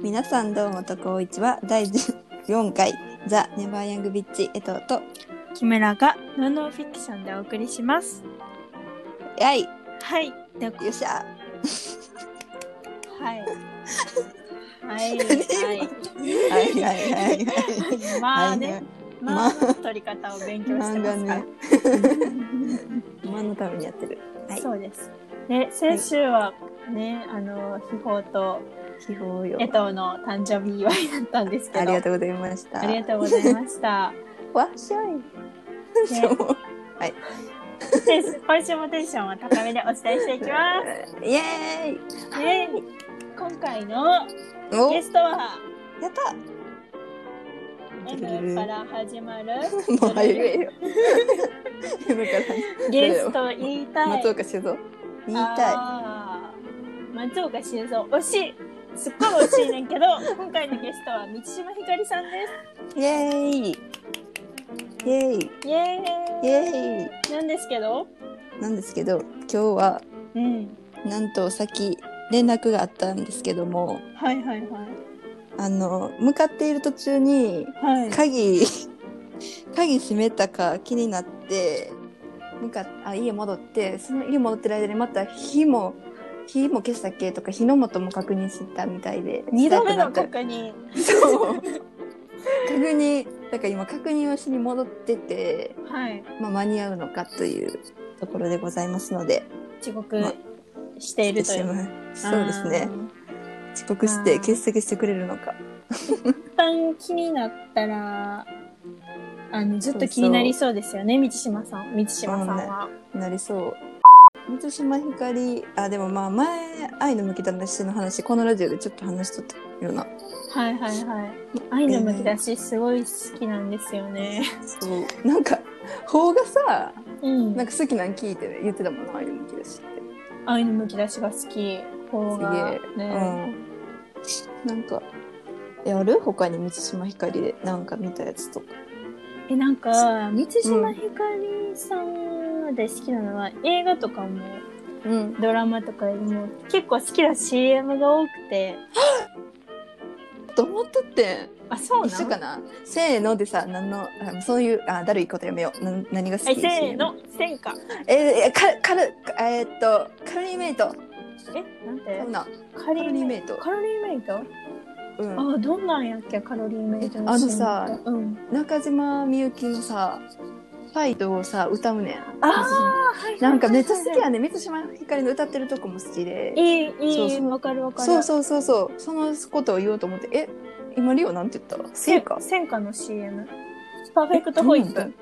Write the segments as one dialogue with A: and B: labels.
A: 皆さんどうもとこおいちは第4回ザ・ネバーヤングビッチエトウと
B: 木村がノンノンフィクションでお送りします。
A: やいよ
B: はい。で
A: っし ゃ
B: はい。は
A: は
B: い。
A: いはいはいはい
B: はい。まあ
A: はいは
B: ね
A: い、
B: まあの取り方を勉強してますから。
A: 馬のためにやってるはい
B: そうです。で、先週はね、あの、秘宝と
A: 秘宝よ
B: 江藤の誕生日祝いだったんですけど。
A: ありがとうございました
B: ありがとうございました。
A: うわっしょい
B: ね
A: そうはい
B: で今週もテンションは高めでお伝えしていきま
A: イエーイ
B: す。ね、今回の
A: お
B: ゲストは、
A: やった
B: M から始ま る
A: もう入れよ M から
B: ゲスト言いたい。
A: 松岡修造言いたい
B: あー松岡修造惜しいすっごい惜しいねんけ ど今回のゲストは満島ひかりさんで
A: イエーイイエーイ
B: すイエー
A: イ
B: イ
A: エ
B: なんですけど
A: なんですけど今日は
B: うん
A: なんとさっき連絡があったんですけども
B: はいはいはい
A: あの向かっている途中に
B: はい
A: 鍵鍵閉めたか気になって向かっあ家戻ってその家戻ってる間にまた火も火も消したっけとか火の元も確認してたみたいで
B: 二度目
A: し
B: の
A: たくなっ
B: 確認
A: たそう確認だから今確認をしに戻ってて、
B: はい
A: まあ、間に合うのかというところでございますので
B: 遅刻しているという、
A: そうですね遅刻して欠席してくれるのか
B: 一旦気になったらあのずっと気になりそうですよね満島さん満島さんは、
A: なりそう満島ひかりあでもまあ前愛のむき出しの話このラジオでちょっと話しとったような
B: はいはいはい愛のむき出しすごい好きなんですよね、
A: そうなんか邦がさ
B: うん
A: なんか好きなん聞いて、言ってたもんな愛のむき出しって
B: 愛のむき出しが好き方が
A: すげえ、
B: ね、
A: うんなんかやる他に満島ひかりでなんか見たやつとか
B: えなんか満島ひかりさんで好きなのは、映画とかも
A: うん
B: ドラマとかも結構好きな CM が多くて
A: と思っとってん
B: あそうな
A: 一緒
B: の
A: かなせーのでさ何のあそういうあだるいことやめような何が好
B: はい
A: き
B: せーのせんか
A: えー、かかるえーっとカロリーメイト
B: えなんて
A: そうな
B: カ
A: カロリーメイト
B: カロリーメイト
A: うん
B: あどんなんやっけカロリーメイト
A: あのさ
B: CM うん
A: 中島みゆきのさ「ファイト」をさ歌うねん
B: あー
A: なんかめっちゃ好きやね満島ひかりの歌ってるとこも好きで
B: いい
A: そう
B: い
A: そ
B: いうわかるわかる
A: そうそうそうそうそのことを言おうと思ってえ今リオなんて言ったせいか
B: 戦火の CM パーフェクトホイップ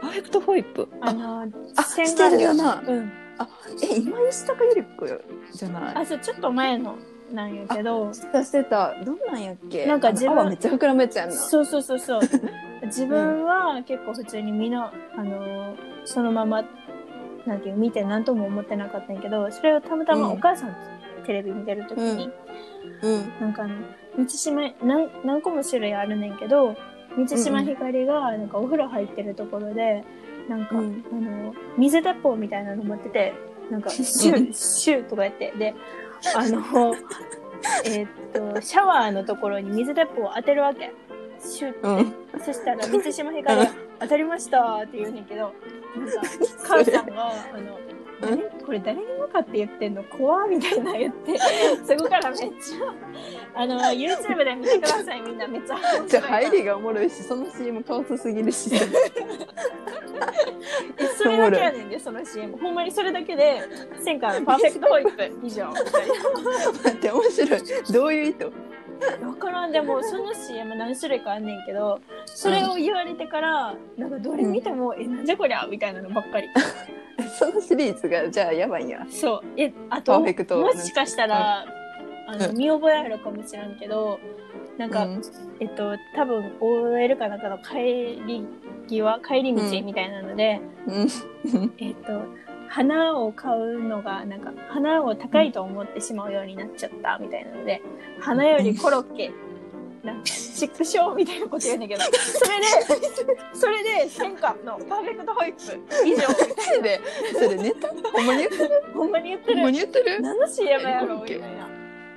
A: パーフェクトホイップ
B: あ
A: あ
B: の
A: あ
B: 洗
A: し
B: 顔
A: てる
B: 料
A: よな
B: うん
A: え今吉高由里子じゃない
B: あそうちょっと前のなんやけど
A: してたしてたどんなんやっけ
B: なんか自分
A: あの泡めっちゃ膨らむやつやんな
B: そうそうそうそう自分は結構普通にみんな、あのーそのままなんていう見て何とも思ってなかったんやけどそれをたまたまお母さんとテレビ見てる時に、
A: うん
B: なんかあの満島何何個も種類あるねんけど満島ひかりがなんかお風呂入ってるところでなんか、
A: うん
B: あの水鉄砲みたいなの持ってて なんかシュ
A: うん
B: ーシューとかやってであ のえーっとシャワーのところに水鉄砲を当てるわけシュー
A: うん
B: そしたら満島ひかりが「当たりました」って言うねん けどなんか母さんが「あの
A: うん
B: 誰これ誰に向かって言ってんの怖」みたいな 言ってそこからめっちゃあの YouTube で見てくださいみんなめっちゃ面
A: じゃあ
B: 白い
A: 入りがおもろいしその CM カオスすぎ るし
B: えそれだけやねんでその CM ほんまにそれだけで「戦火のパーフェクトホイップ」以上みたい
A: 待って面白いどういう意図
B: な分からんでもその CM 何種類かあんねんけどそれを言われてからなんかどれ見ても「えなんじゃこりゃ」みたいなのばっかり。
A: そのシリーズがじゃあやばいんや
B: そうえあ
A: パ
B: と
A: ーフェクト
B: もしかしたら、あ
A: う
B: の
A: ん
B: 見覚えあるかもしらんけどなんか、
A: うん
B: えっと多分 OL かなんかの帰り際帰り道みたいなので、
A: うん
B: えっと花を買うのがなんか花を高いと思ってしまうようになっちゃったみたいなので花よりコロッケなんかチックショーみたいなこと言うんだけどそれでそれで戦火のパーフェクトホイップ以上
A: それそれネタほんまに言ってる
B: ほんまに言って
A: ほんま
B: る
A: に言ってる
B: 何の CM やろみたいな。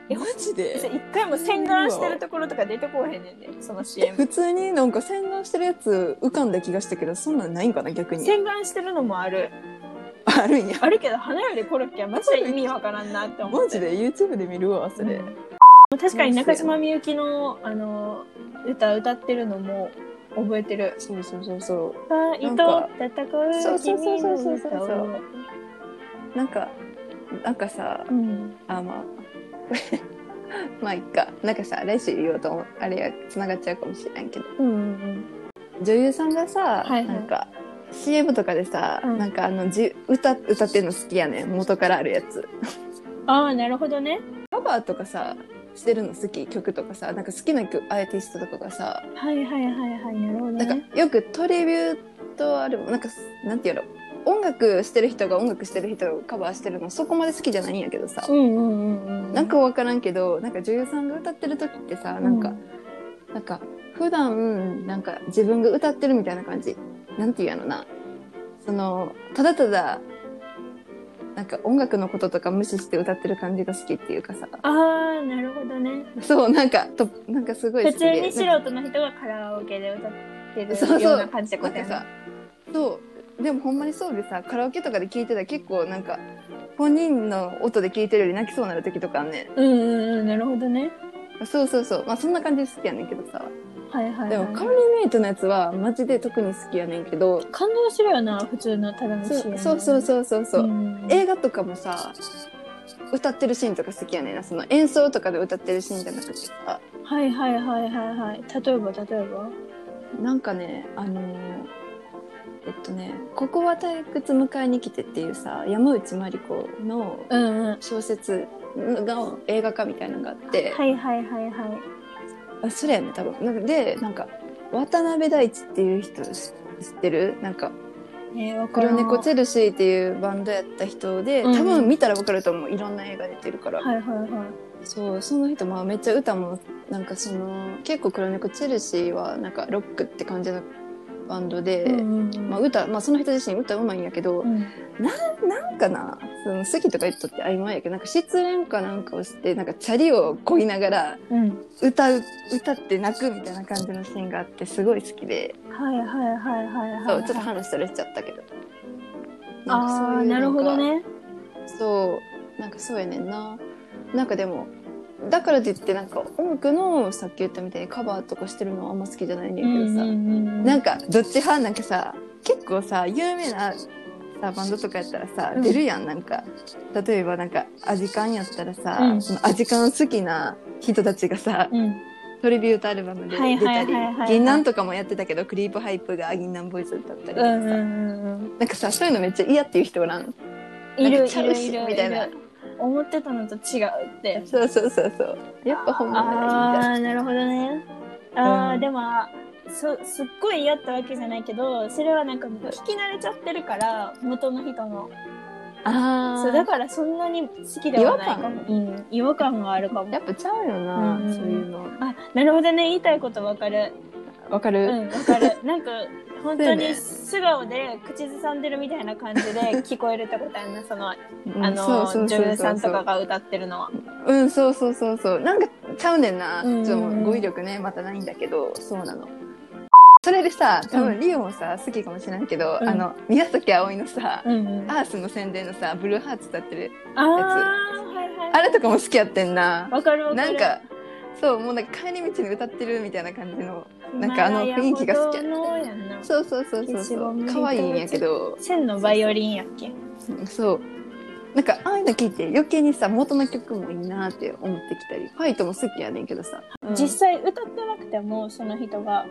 B: え
A: マジで
B: 一回も洗顔してるところとか出てこへんねんで、その CM。
A: 普通になんか洗顔してるやつ浮かんだ気がしたけどそんなんないんかな逆に
B: 洗顔してるのもある。
A: あるんや
B: あるけど、花よりコロッケはマジで意味わからんなって思
A: マ
B: っ
A: ジで
B: て。
A: YouTube で見るわそれ、
B: うん確かに中島みゆきの、あの、歌歌ってるのも覚えてる。
A: そうそうそうそ
B: さあ、
A: なん
B: 糸
A: か
B: 戦う
A: そうそうそう
B: 君
A: そう
B: の
A: そうそう
B: 歌を。
A: うなんかなんかさ
B: うん。
A: あまあ まあいっかなんかさ来週言おうと思うあれやつながっちゃうかもしれんけど
B: うんうん
A: 女優さんがさ、
B: はいはい
A: なんか CM とかでさ、
B: うん
A: なんかあのじ歌歌ってんの好きやねん元からあるやつ
B: うん。ああ、なるほどね。
A: カバーとかさしてるの好き曲とかさなんか好きな曲アーティストとかがさ
B: はいはいはいはい、なるほど
A: なん
B: ね。
A: かよくトリビュートあるなんかなんていうの音楽してる人が音楽してる人をカバーしてるのそこまで好きじゃないんやけどさ、
B: うんうんうんうん。
A: なんか分からんけどなんか女優さんが歌ってる時ってさ
B: う、
A: なんか、なんか普段なんか自分が歌ってるみたいな感じなんていうやろなそのただただなんか音楽のこととか無視して歌ってる感じが好きっていうかさ
B: ああ、なるほどね。
A: そうなんかとなんかすごい好
B: 普
A: きで
B: 通に素
A: なんか
B: 人の人がカラオケで歌って
A: そうそう
B: るような感じで
A: なん
B: 答え
A: かさそうでもほんまにそうでさカラオケとかで聴いてたら結構なんか本人の音で聴いてるより泣きそうになる時とかあんね
B: うんうんうんなるほどね
A: んそうそうそうまあそんな感じで好きやねんけどさ
B: はいはい、はい、
A: でもカロリーメイトのやつはマジで特に好きやねんけど
B: 感動するよな普通のただの
A: そ
B: CM
A: うそうそうそうそうそう、
B: ん
A: 映画とかもさ歌ってるシーンとか好きやねんなその演奏とかで歌ってるシーンじゃなくてさ
B: はいはいはいはいはい例えば例えば
A: なんかねあのーえっとね「ここは退屈迎えに来て」っていうさ山内まり子の
B: うんうん
A: 小説が映画化みたいなのがあって、
B: はいはいはいはい
A: あそれやね多分なんかでなんか渡辺大地っていう人知ってるなんか
B: えー、わから
A: 黒
B: ん
A: 猫チェルシーっていうバンドやった人で、
B: うん
A: 多分見たら分かると思ういろんな映画出てるから、
B: はいはいはい
A: そうその人まあめっちゃ歌もなんかその結構黒猫チェルシーはなんかロックって感じのバンドで、
B: うんうんうん
A: まあ、歌、まあ、その人自身歌うまいんやけど、
B: うん
A: なんかなその好きとか言っとって曖昧やけどなんか失恋かなんかをしてなんかチャリをこいながら
B: うん
A: 歌う歌って泣くみたいな感じのシーンがあってすごい好きで、
B: はいはいはいはいはい
A: そうちょっと話それしちゃったけどなんか
B: あ
A: そ
B: あ
A: ういう
B: なるほど
A: んか
B: ね
A: そうなんかそうやねんななんかでもだからといってなんか音楽のさっき言ったみたいにカバーとかしてるのはあんま好きじゃないんだけどさ、なんかどっち派なんかさ結構さ有名なさバンドとかやったらさ、
B: うん
A: 出るやんなんか例えばなんかアジカンやったらさ、
B: うん
A: そのアジカン好きな人たちがさ、
B: うん
A: トリビュートアルバムで
B: はい
A: 出
B: は
A: た
B: い
A: り
B: はいはい
A: 銀杏とかもやってたけどクリープハイプが銀杏ボイスだったりとか
B: う
A: さ、
B: んうんうん
A: なんかさそういうのめっちゃ嫌っていう人おらん
B: い
A: な
B: る
A: んか
B: い
A: ちゃう
B: る
A: し
B: いる
A: みたいな
B: 思ってたのと違うって
A: そうそうそうそうやっぱ本物がいいみたい
B: あ
A: な
B: あなるほどねああ、
A: うん
B: でもそすっごい嫌ったわけじゃないけどそれはなんか聞き慣れちゃってるから元の人の
A: あ
B: そうだからそんなに好きではないかも違和,、うん、違和感があるか
A: や
B: も
A: っぱちゃうよな、
B: うん
A: そういうの
B: あなるほどね言いたいことわかる
A: わか
B: う
A: る、
B: んわ かるなんか本当
A: そうよね
B: に素顔で口ずさんでるみたいな感 じで聞こえるってことやんなそのあ
A: うん
B: の
A: そうそうそうそう
B: 女優さんとかが歌ってるのは
A: うんそうそうそうそうなんかちゃうねんな、
B: うん
A: ちょっと語彙力ねまたないんだけどそうなのそれでさ多分リオもさ、好きかもしれんけど、
B: うん
A: あの宮崎あおいのさ、
B: うんうん
A: アースの宣伝のさブルーハーツだってる
B: あーはいはい
A: あれとかも好きやってんな
B: わかるわか
A: な
B: る
A: んかそうもうなんか帰り道に歌ってるみたいな感じのなんかあ
B: ま
A: の
B: だや
A: 雰囲気が好きや
B: ほどのやんな
A: そうそうそうそうそ
B: 一番
A: う
B: 向いてる
A: 可愛いんやけど
B: 千のバイオリンやっけ
A: うんそうなんかああいうの聞いて余計にさ元の曲もいいなって思ってきたりファイトも好きやねんけどさ、うん
B: 実際歌ってなくてもその人が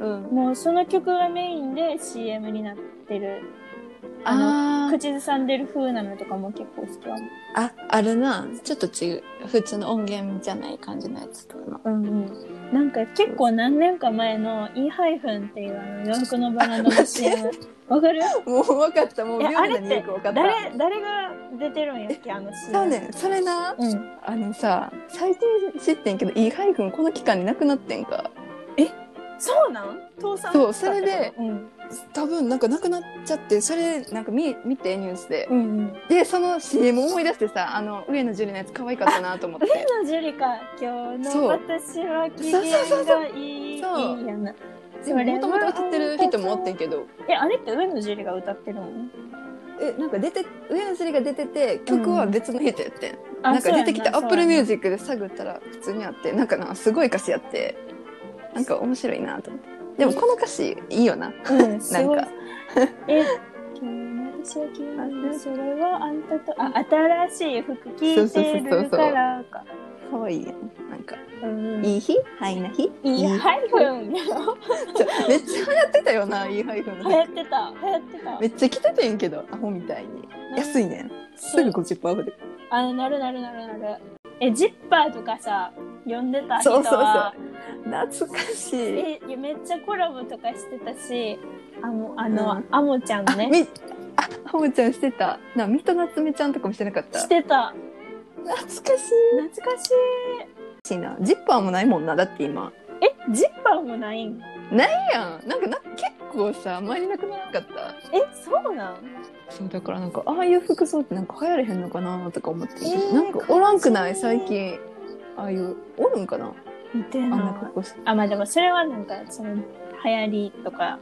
A: うん、
B: もうその曲がメインで CM になってる
A: あ
B: あ
A: ー
B: 口ずさんでる風なのとかも結構好きやもん
A: ああれなちょっと違う普通の音源じゃない感じのやつとかな
B: うんうんなんか結構何年か前の E ハイフンっていうあの洋服のバランドの CM わかる
A: もう分かったもう
B: え
A: 秒
B: あ
A: で
B: れっ
A: によ
B: て
A: く分かった
B: 誰誰が出てるんやっけあの CM
A: そうねそれな
B: うん
A: あのさ最近知ってんけど E ハイフンこの期間になくなってんか
B: そうなん倒産
A: そう
B: したってことうん
A: 多分なんかなくなっちゃってそれなんか見見てニュースで
B: うんうん
A: でその CM 思い出してさあの上野樹里のやつ可愛かったなと思って
B: 上野樹里か今日
A: そう
B: の私は機嫌がいいいい
A: そう
B: やな
A: でももともと歌ってる人もおってんけど
B: えあれって上野樹里が歌ってるの
A: えなんか出て上野樹里が出てて曲は別の人やってん、
B: あ
A: なんか出てきてアップルミュー
B: ジ
A: ジックで探ったら普通にあってなんかなすごい歌詞やってなんか面白いなと思ってでもこの歌詞いいよ な
B: ックうんすごい
A: なんか
B: え今日の私は機嫌それはあんたとあ新しい服着てるからか
A: 可愛いやんなんか
B: うん
A: いい日はいな日
B: いいハイフン やろ
A: ちょめっちゃ流行ってたよないいハイフ
B: 流行ってた流行ってた
A: めっちゃ着ててんけどアホみたいに安いねんすぐ50%オフで
B: あのなるなるなるなるえジッパーとかさ呼んでた人
A: そう
B: は
A: そうそう懐かしい
B: えいやめっちゃコラボとかしてたしあのあの、
A: うん
B: アモちゃん
A: あ
B: ね
A: みあハモちゃんしてたなミトナツメちゃんとかもしてなかった
B: し
A: 懐
B: てた
A: かし
B: 懐かしい
A: いなジッパーもないもんなだって今
B: えジッパーもないん
A: いいやんなんかな結構さあんまりなくならなかった
B: えそうなん
A: そうだからなんかああいう服装ってなんか流行れへんのかなとか思って、
B: えー
A: なんかおらんくない
B: 悲しい
A: 最近ああいうおるんかな
B: 似て
A: あん
B: ない
A: な格好して
B: あまあでもそれはなんかその流行りとか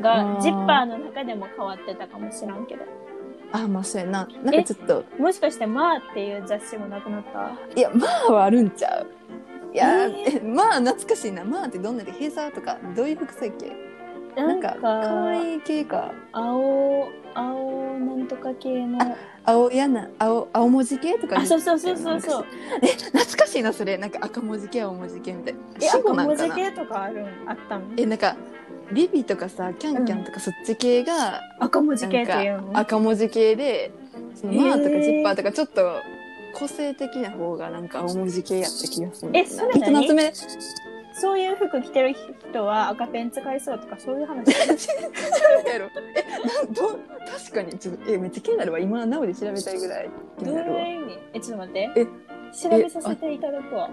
B: が
A: あー
B: ジッパーの中でも変わってたかもしらんけど
A: ああまあそうやななんかちょっと
B: もしかして「まあ」っていう雑誌もなくなった
A: いやまあはあるんちゃういやー
B: え
A: えまあ懐かしいなまあってどんなでヘザーとかどういう服装やっけ
B: な
A: なん
B: ん
A: か
B: か
A: 可愛い系か
B: 青青なんとか系の
A: 青やな青青文字系とか
B: あそうそうそうそうそう
A: え懐かしいなそれなんか赤文字系青文字系みたいな
B: えあ
A: 死語
B: と
A: な
B: 文
A: んか
B: 字
A: な
B: 系とかあるんあったの
A: えなんかビビとかさキャンキャンとかそっち系が
B: 赤文字系っていうの
A: 赤文字系でその
B: へー
A: マーとかジッパーとかちょっと個性的な方がなんか青文字系やった気がするんだよな
B: えそれ
A: 糸
B: 何
A: 夏目
B: そういう服着てる人は赤ペン使いそうとかそうい う話
A: やろえなんどう確かにちょっとえめっちゃ気になるわ今なおで調べたいぐらい気
B: ど
A: に
B: う
A: なるわ
B: いう意味えちょっと待って
A: え
B: 調べさせていただくわ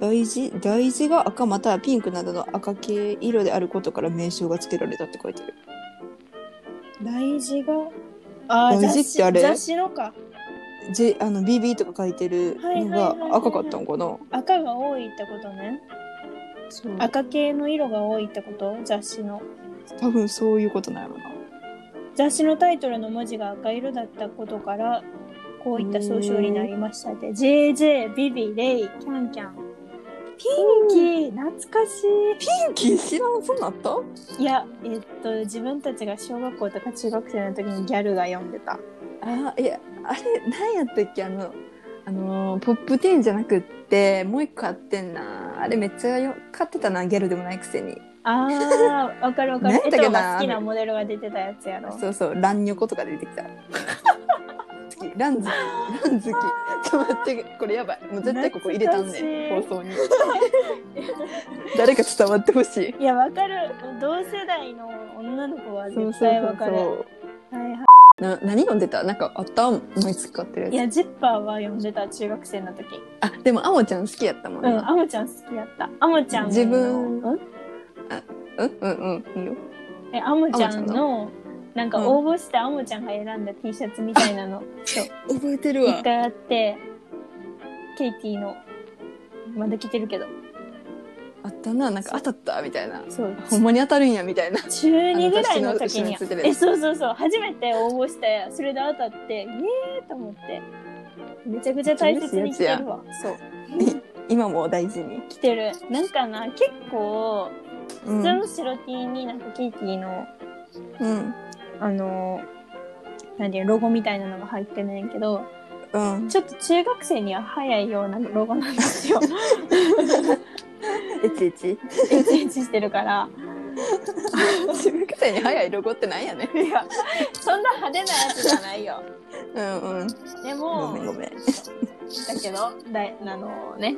A: 大事大事が赤またはピンクなどの赤系色であることから名称が付けられたって書いてる
B: 大事があー
A: 大事ってあれ
B: 雑誌雑誌のか
A: J あの BB とか書いてるの
B: はいはいはいはい
A: が赤かったんかな
B: 赤が多いってことね
A: そう
B: 赤系の色が多いってこと雑誌の
A: 多分そういうことなんやろな
B: 雑誌のタイトルの文字が赤色だったことからこういった総称になりましたって JJ ビビレイキャンキャンピンキー懐かしい
A: ピンキー知らんそうなった
B: いや、えっと、自分たちが小学校とか中学生の時にギャルが読んでた。
A: あいやあれ何やったっけあの、あのーポップティーンじゃなくってもう一個あってんなあれめっちゃよ買ってたなギャルでもないくせに
B: あー、わかるわか
A: なん
B: る。
A: だ
B: エ
A: っけ
B: ト
A: な
B: ロが好きなモデルが出てたやつやろ。
A: そうそうランニョコとか出てきた好きラン好きラン好きちょっと待ってこれやばいもう絶対ここ入れたんねん放
B: 懐
A: 送に誰か伝わってほしい
B: いや、わかる。同世代の女の子は
A: そう
B: 絶
A: そう
B: 対
A: そ
B: わ
A: う
B: かる。
A: そ
B: はいは
A: うな何読んでたなんかあった毎月買ってる
B: い。い
A: やつ
B: や、ジッパーは読んでた、中学生の時。
A: あでもあもちゃん好きやったもん
B: う
A: な、
B: ん、アモちゃん好きやった。アモちゃんの
A: 自分
B: ん
A: うんうんうんいいよ
B: え、アモちゃん
A: アモちゃん
B: の、なんか
A: うん
B: 応募してアモちゃんが選んだ T シャツみたいな の。そう。
A: 覚えてる
B: 一回あって、ケイティの、まだ着てるけど。
A: あったななんか当たったみたいな
B: そう。
A: ほんまに当たるんやみたいな。
B: 中2ぐらいの
A: あ
B: 時に
A: の雑誌の後ろについてる
B: えそうそうそう初めて応募してそれで当たってイエーイと思ってめちゃくちゃ大切に着てるわそう
A: 今も大事に。
B: 着てるなんかな結構
A: う
B: 普
A: ん
B: 通の白 T になんかケイティの
A: うん。
B: あのなんていうのロゴみたいなのが入ってんねんけど
A: うん。
B: ちょっと中学生には早いようなロゴなんで すよ
A: えちえち。
B: エチエチしてるから
A: 中学生に早いロゴってなんやねん。いや。
B: そんな派手なやつじゃないよ
A: うんうん。
B: で
A: ごめんご
B: も
A: めん。
B: だけどだいあのね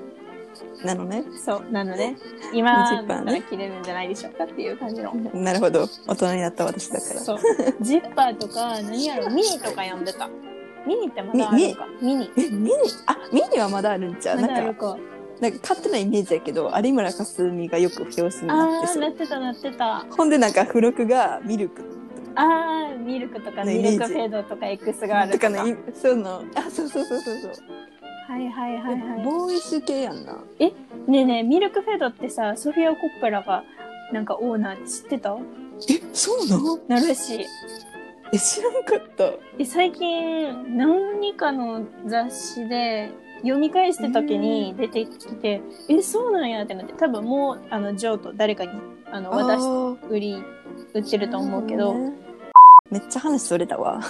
A: なのね。
B: そうなので今
A: ジッパ
B: だ
A: ー
B: っ
A: ね
B: たら着れるんじゃないでしょうかっていう感じの
A: なるほど。大人になった私だから。
B: そうジッパーとか何やろミニとか呼んでたミニってまだあるのかミニ
A: えミニあミニはまだあるんちゃうな
B: まだある
A: んか
B: か
A: なんか勝手なイメージやけど有村架純がよく表紙になっ
B: あ
A: て
B: あ
A: そう
B: なってたなってた
A: ほんでなんか付録がミルク
B: あーミルクとか
A: ね
B: ミルクフェードとか X がある
A: と
B: と
A: か
B: か
A: のいそうのあそうそうそうそうそう、
B: はいはいはいは
A: ボーイッシュ系やんない
B: ねえねえミルクフェードってさソフィア・コッポラがなんかオーナーって知ってた
A: えそうなの
B: なるし
A: え知らんかった
B: で最近何かの雑誌で読み返した時に出てきて、えそうなんやってなって多分もうあのジョーと誰かにあの渡し
A: 私
B: 売り売ってると思うけど
A: めっちゃ話それたわ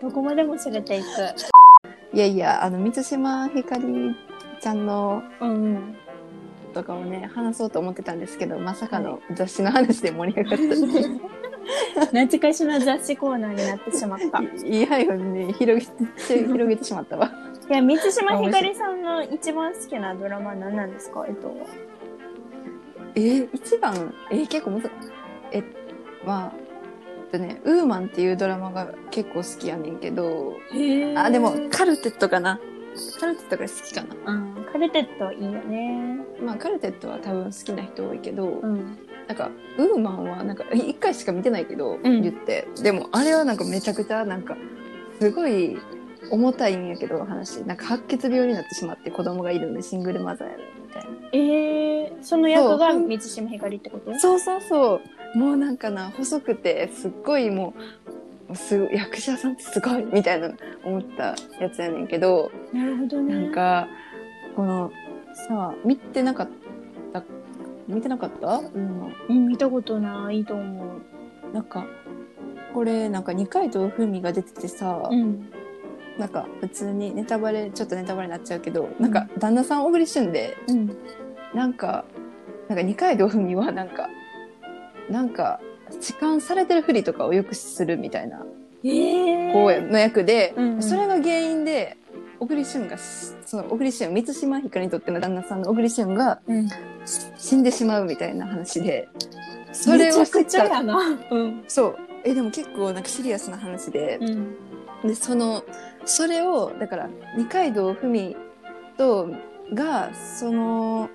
B: どこまでも連れていく。
A: いやいやあの満島ひかりちゃんの
B: うんうん
A: とかをね話そうと思ってたんですけどまさかの雑誌の話で盛り上がったね、
B: 懐かしの雑誌コーナーになってしまった。い
A: いいやよね広げて広げてしまったわ
B: や、満島ひかりさんの一番好きなドラマは何なんですかえっと。
A: えー、一番えー、結構むずえまあえっとね「ウーマン」っていうドラマが結構好きやねんけど
B: へ
A: あでもカルテットかなカルテットが好きかな
B: うん、カルテットいいよね。
A: まあカルテットは多分好きな人多いけど、
B: うん。
A: なんかウーマンはなんか1回しか見てないけど、
B: ん
A: 言ってでもあれはなんかめちゃくちゃなんかすごい重たいんやけど話なんか白血病になってしまって子供がいるんでシングルマザーやるみたいな
B: えー、その役が
A: そう
B: 満島ひかりってこと
A: そうそうそう。もうなんかな、細くて、すっごいもう、すごい役者さんってすごいみたいな思ったやつやねんけど、
B: なるほどね。
A: なんか、この、さあ、見てなかった、見てなかったうん。
B: うん、見たことないと思う。
A: なんか、これ、なんか二階堂ふみが出ててさ、
B: うん。
A: なんか普通にネタバレ、ちょっとネタバレになっちゃうけど、なんか旦那さん小栗旬で、
B: うん。
A: なんか、なんか二階堂ふみはなんか、なんか、痴漢されてるふりとかをよくするみたいな
B: えー。
A: 公演の役で、
B: うんうん
A: それが原因で、小栗旬が、その小栗旬、満島ひかりにとっての旦那さんの小栗旬が
B: うん。
A: 死んでしまうみたいな話で、そ
B: そ
A: れ
B: れ
A: を
B: を
A: 知
B: 知
A: っ
B: っちゃ
A: た。
B: やな。うん。
A: そう。え、でも結構なんかシリアスな話で、
B: うん。
A: で、その、それを、だから、二階堂ふみと、が、その、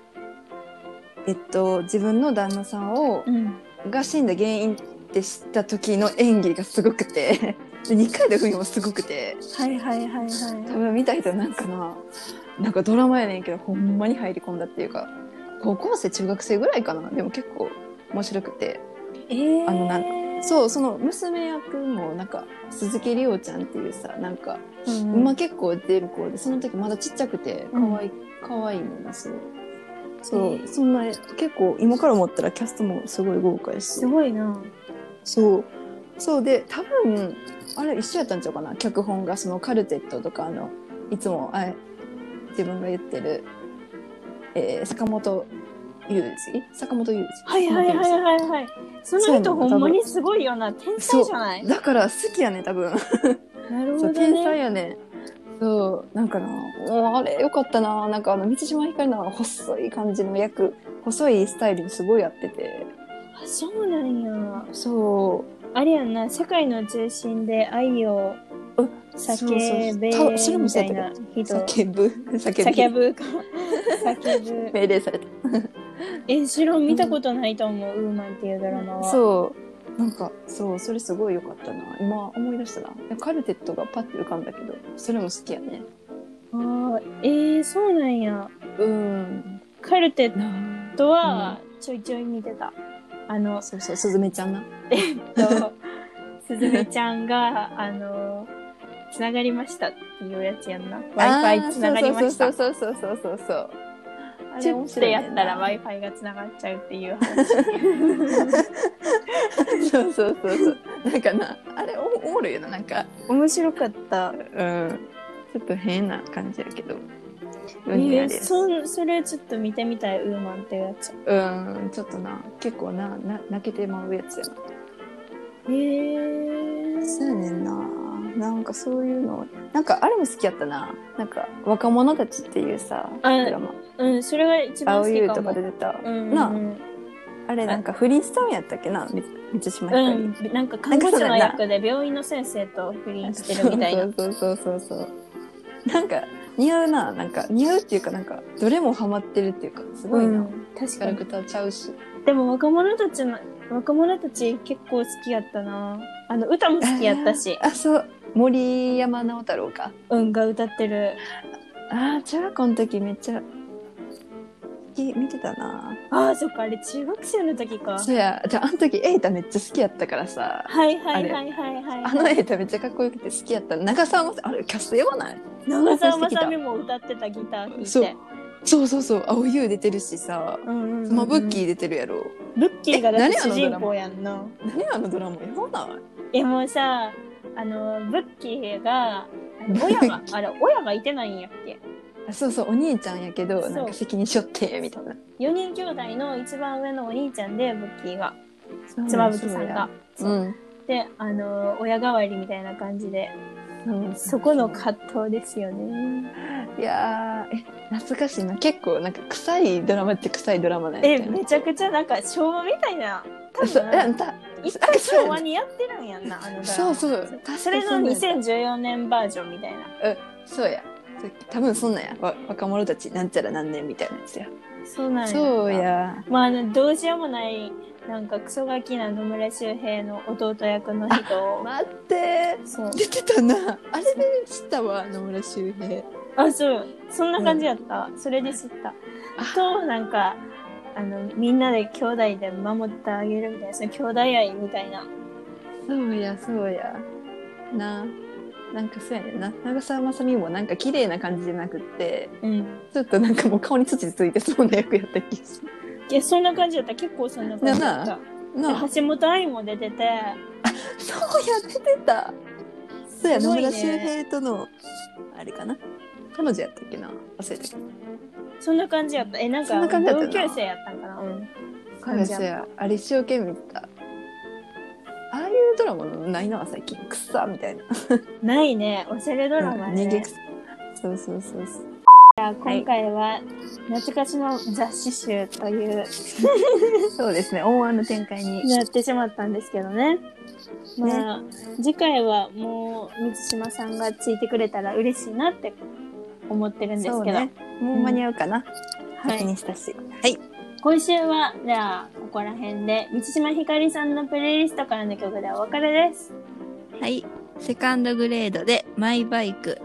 A: えっと、自分の旦那さんを、
B: うん。
A: が死んだ原因って知った時の演技がすごくて で二回のふみもすごくて
B: はいはいはいはい。
A: 多分見た人なんかななんかドラマやねんけどほんまに入り込んだっていうか高校生中学生ぐらいかなでも結構面白くて
B: えー、
A: あのなん
B: か
A: そうその娘役もなんか鈴木梨央ちゃんっていうさなんか、
B: うん、
A: まあ結構出る子でその時まだちっちゃくてかわいい、かわいいんだすごいそう、
B: えー
A: そんな結構今から思ったらキャストもすごい豪華やし
B: すごいな。
A: そう。そうで、多分、あれ一緒やったんちゃうかな脚本が、そのカルテットとか、あの、いつも、あ自分が言ってる、えー坂本雄二坂本雄二
B: はいはいはい
A: 坂本
B: はいはい。その人ほんまにすごいよな。天才じゃない
A: 雄二だから好きやね、多分。
B: なるほ
A: そ
B: ど
A: う、天才
B: ね。
A: やね。そう、なんかな、もうあれよかったな、なんかあの、満島ひかりのあの細い感じの役、細いスタイルにすごいやってて。
B: あそうなんや。
A: そう。
B: あれやんな、世界の中心で愛を
A: そうそうそ
B: 叫べ
A: うたそれも
B: み
A: そ
B: た
A: うや
B: い
A: ったけど
B: な人。
A: 叫ぶ。叫ぶ。
B: 叫ぶか。叫ぶ。
A: 命令された。
B: え、しろ見たことないと思う、ウーマンっていうドラマは。う。
A: そう。なんか、そう、それすごい良かったな。今思い出したな。カルテットがパッて浮かんだけど、それも好きやね。
B: あーえー、そうなんや。
A: うん。
B: カルテッ
A: な
B: トはちょいちょい見てた。あの
A: あ。、そうそう、すずめちゃんな。
B: と、 すずめちゃんが、あの、つながりましたっていうやつやんな。Wi-Fi つながりました。
A: そうそうそうそうそうそう
B: あれってやったら Wi-Fi がつながっちゃうっていう話。
A: そう。そうそうそうそう。なんかな、あれおおもろいよな、なんか。
B: 面白かった。
A: うん。ちょっと変な感じやけど。
B: え
A: うん、
B: ー、そそれちょっと見てみたい、ウーマンっていうやつ。
A: うん、ちょっとな、結構な、な泣けてまうやつやな。
B: へえ
A: そうやねんな。なんかそういうの、なんかあれも好きやったな。なんか若者たちっていうさ、ド
B: うん
A: ラマ、
B: うん、それが一番
A: 青
B: 好
A: い
B: き
A: と
B: か
A: か
B: も
A: で。出た。
B: うん、
A: な
B: うん
A: あれなんかフリースタイルやったっけな、み満島ひか
B: う
A: り。
B: ん、なんか看護師の役で病院の先生と不倫してるみたいな。
A: そうそうそうそうそう。なんか似合うななんか似合うっていうかなんかどれもハマってるっていうかすごいな、
B: うん確
A: キャ
B: か
A: ラ
B: に
A: クターちゃうし
B: でも若者たちの若者たち結構好きやったなあの歌も好きやったし
A: あそう森山直太朗か
B: うんが歌ってる
A: あー中学校の時めっちゃ好き見てたな
B: ああそっかあれ中学生の時か
A: そうやじゃああの時エイタめっちゃ好きやったからさ
B: はいはいはいはいはい
A: あのエイタめっちゃかっこよくて好きやった長澤まさあれキャストやばない
B: 長澤まさみも歌ってたギター弾いて
A: そうそうそうそう青い優出てるしさ
B: うんうんうんうん
A: まあブッキー出てるやろ
B: ブッキーがだって
A: え
B: 主
A: 何あのドラ
B: 人
A: マ
B: 公やんな
A: 何あのドラマやばない
B: えもうさあのブッキーがあの親 があれ親がいてないんやっけ
A: あそうそうお兄ちゃんやけど
B: そう
A: なんか責任しょってみたいな
B: 4人兄弟の一番上のお兄ちゃんでブッキーが
A: うん
B: 妻夫木さんが
A: そうや
B: であの親代わりみたいな感じで
A: うん、うん
B: そこの葛藤ですよね
A: いやーえ懐かしいな結構なんか臭いドラマって臭いドラマなんや
B: え
A: ったよね
B: めちゃくちゃなんか昭和みたいな多
A: そういや
B: 分
A: た
B: 一回昭和にやってるんやんなあのドラマ
A: そうそう確かに
B: それの
A: んなんや
B: 2014年バージョンみたいな
A: そうや多分そんなんやわ若者たちなんちゃら何年みたいなやつや
B: そうなんや
A: そうや
B: まああのどうしようもないなんかクソガキな野村周平の弟役の人 を
A: 待って
B: そう
A: 出てたなあれで知ったわ野村周平
B: あそうそんな感じやった、それで知ったとなんかあのみんなで兄弟で守ってあげるみたいなその兄弟愛みたいな
A: そうやそうやななんかそうやねんな長澤まさみもなんか綺麗な感じじゃなくって
B: うん
A: ちょっとなんかもう顔に土ついてそうな役やった気がする
B: いやそんな感じやった結構そんな感じやったで
A: なあ
B: 橋本愛も出てて
A: そうや出てたそうや
B: す
A: 野
B: ごいね
A: 村周平とのあれかな彼女やったっけな忘れたけど
B: そんな感じやったえなん
A: そん
B: か
A: な感じやった
B: 同
A: な
B: 級生やったんかなうん
A: そう
B: 感
A: や
B: じや
A: そう
B: った
A: やあれ一生懸命見てたああいうドラマないな最近くっさみたいな
B: ないねおしゃれドラマね
A: 逃げくさそうそうそうそう
B: じゃあ今回は懐かしの雑誌集という
A: そうですね思わぬ展開に
B: なってしまったんですけどね。まあ、次回はもう満島さんがついてくれたら嬉しいなって思ってるんです
A: そう
B: けど、
A: ねもう間に合うかな、
B: は
A: 確
B: い、
A: 認したしはい
B: 今週はじゃあここら辺で満島ひかりさんのプレイリストからの曲でお別れです。
A: はい。セカンドグレードでマイバイク。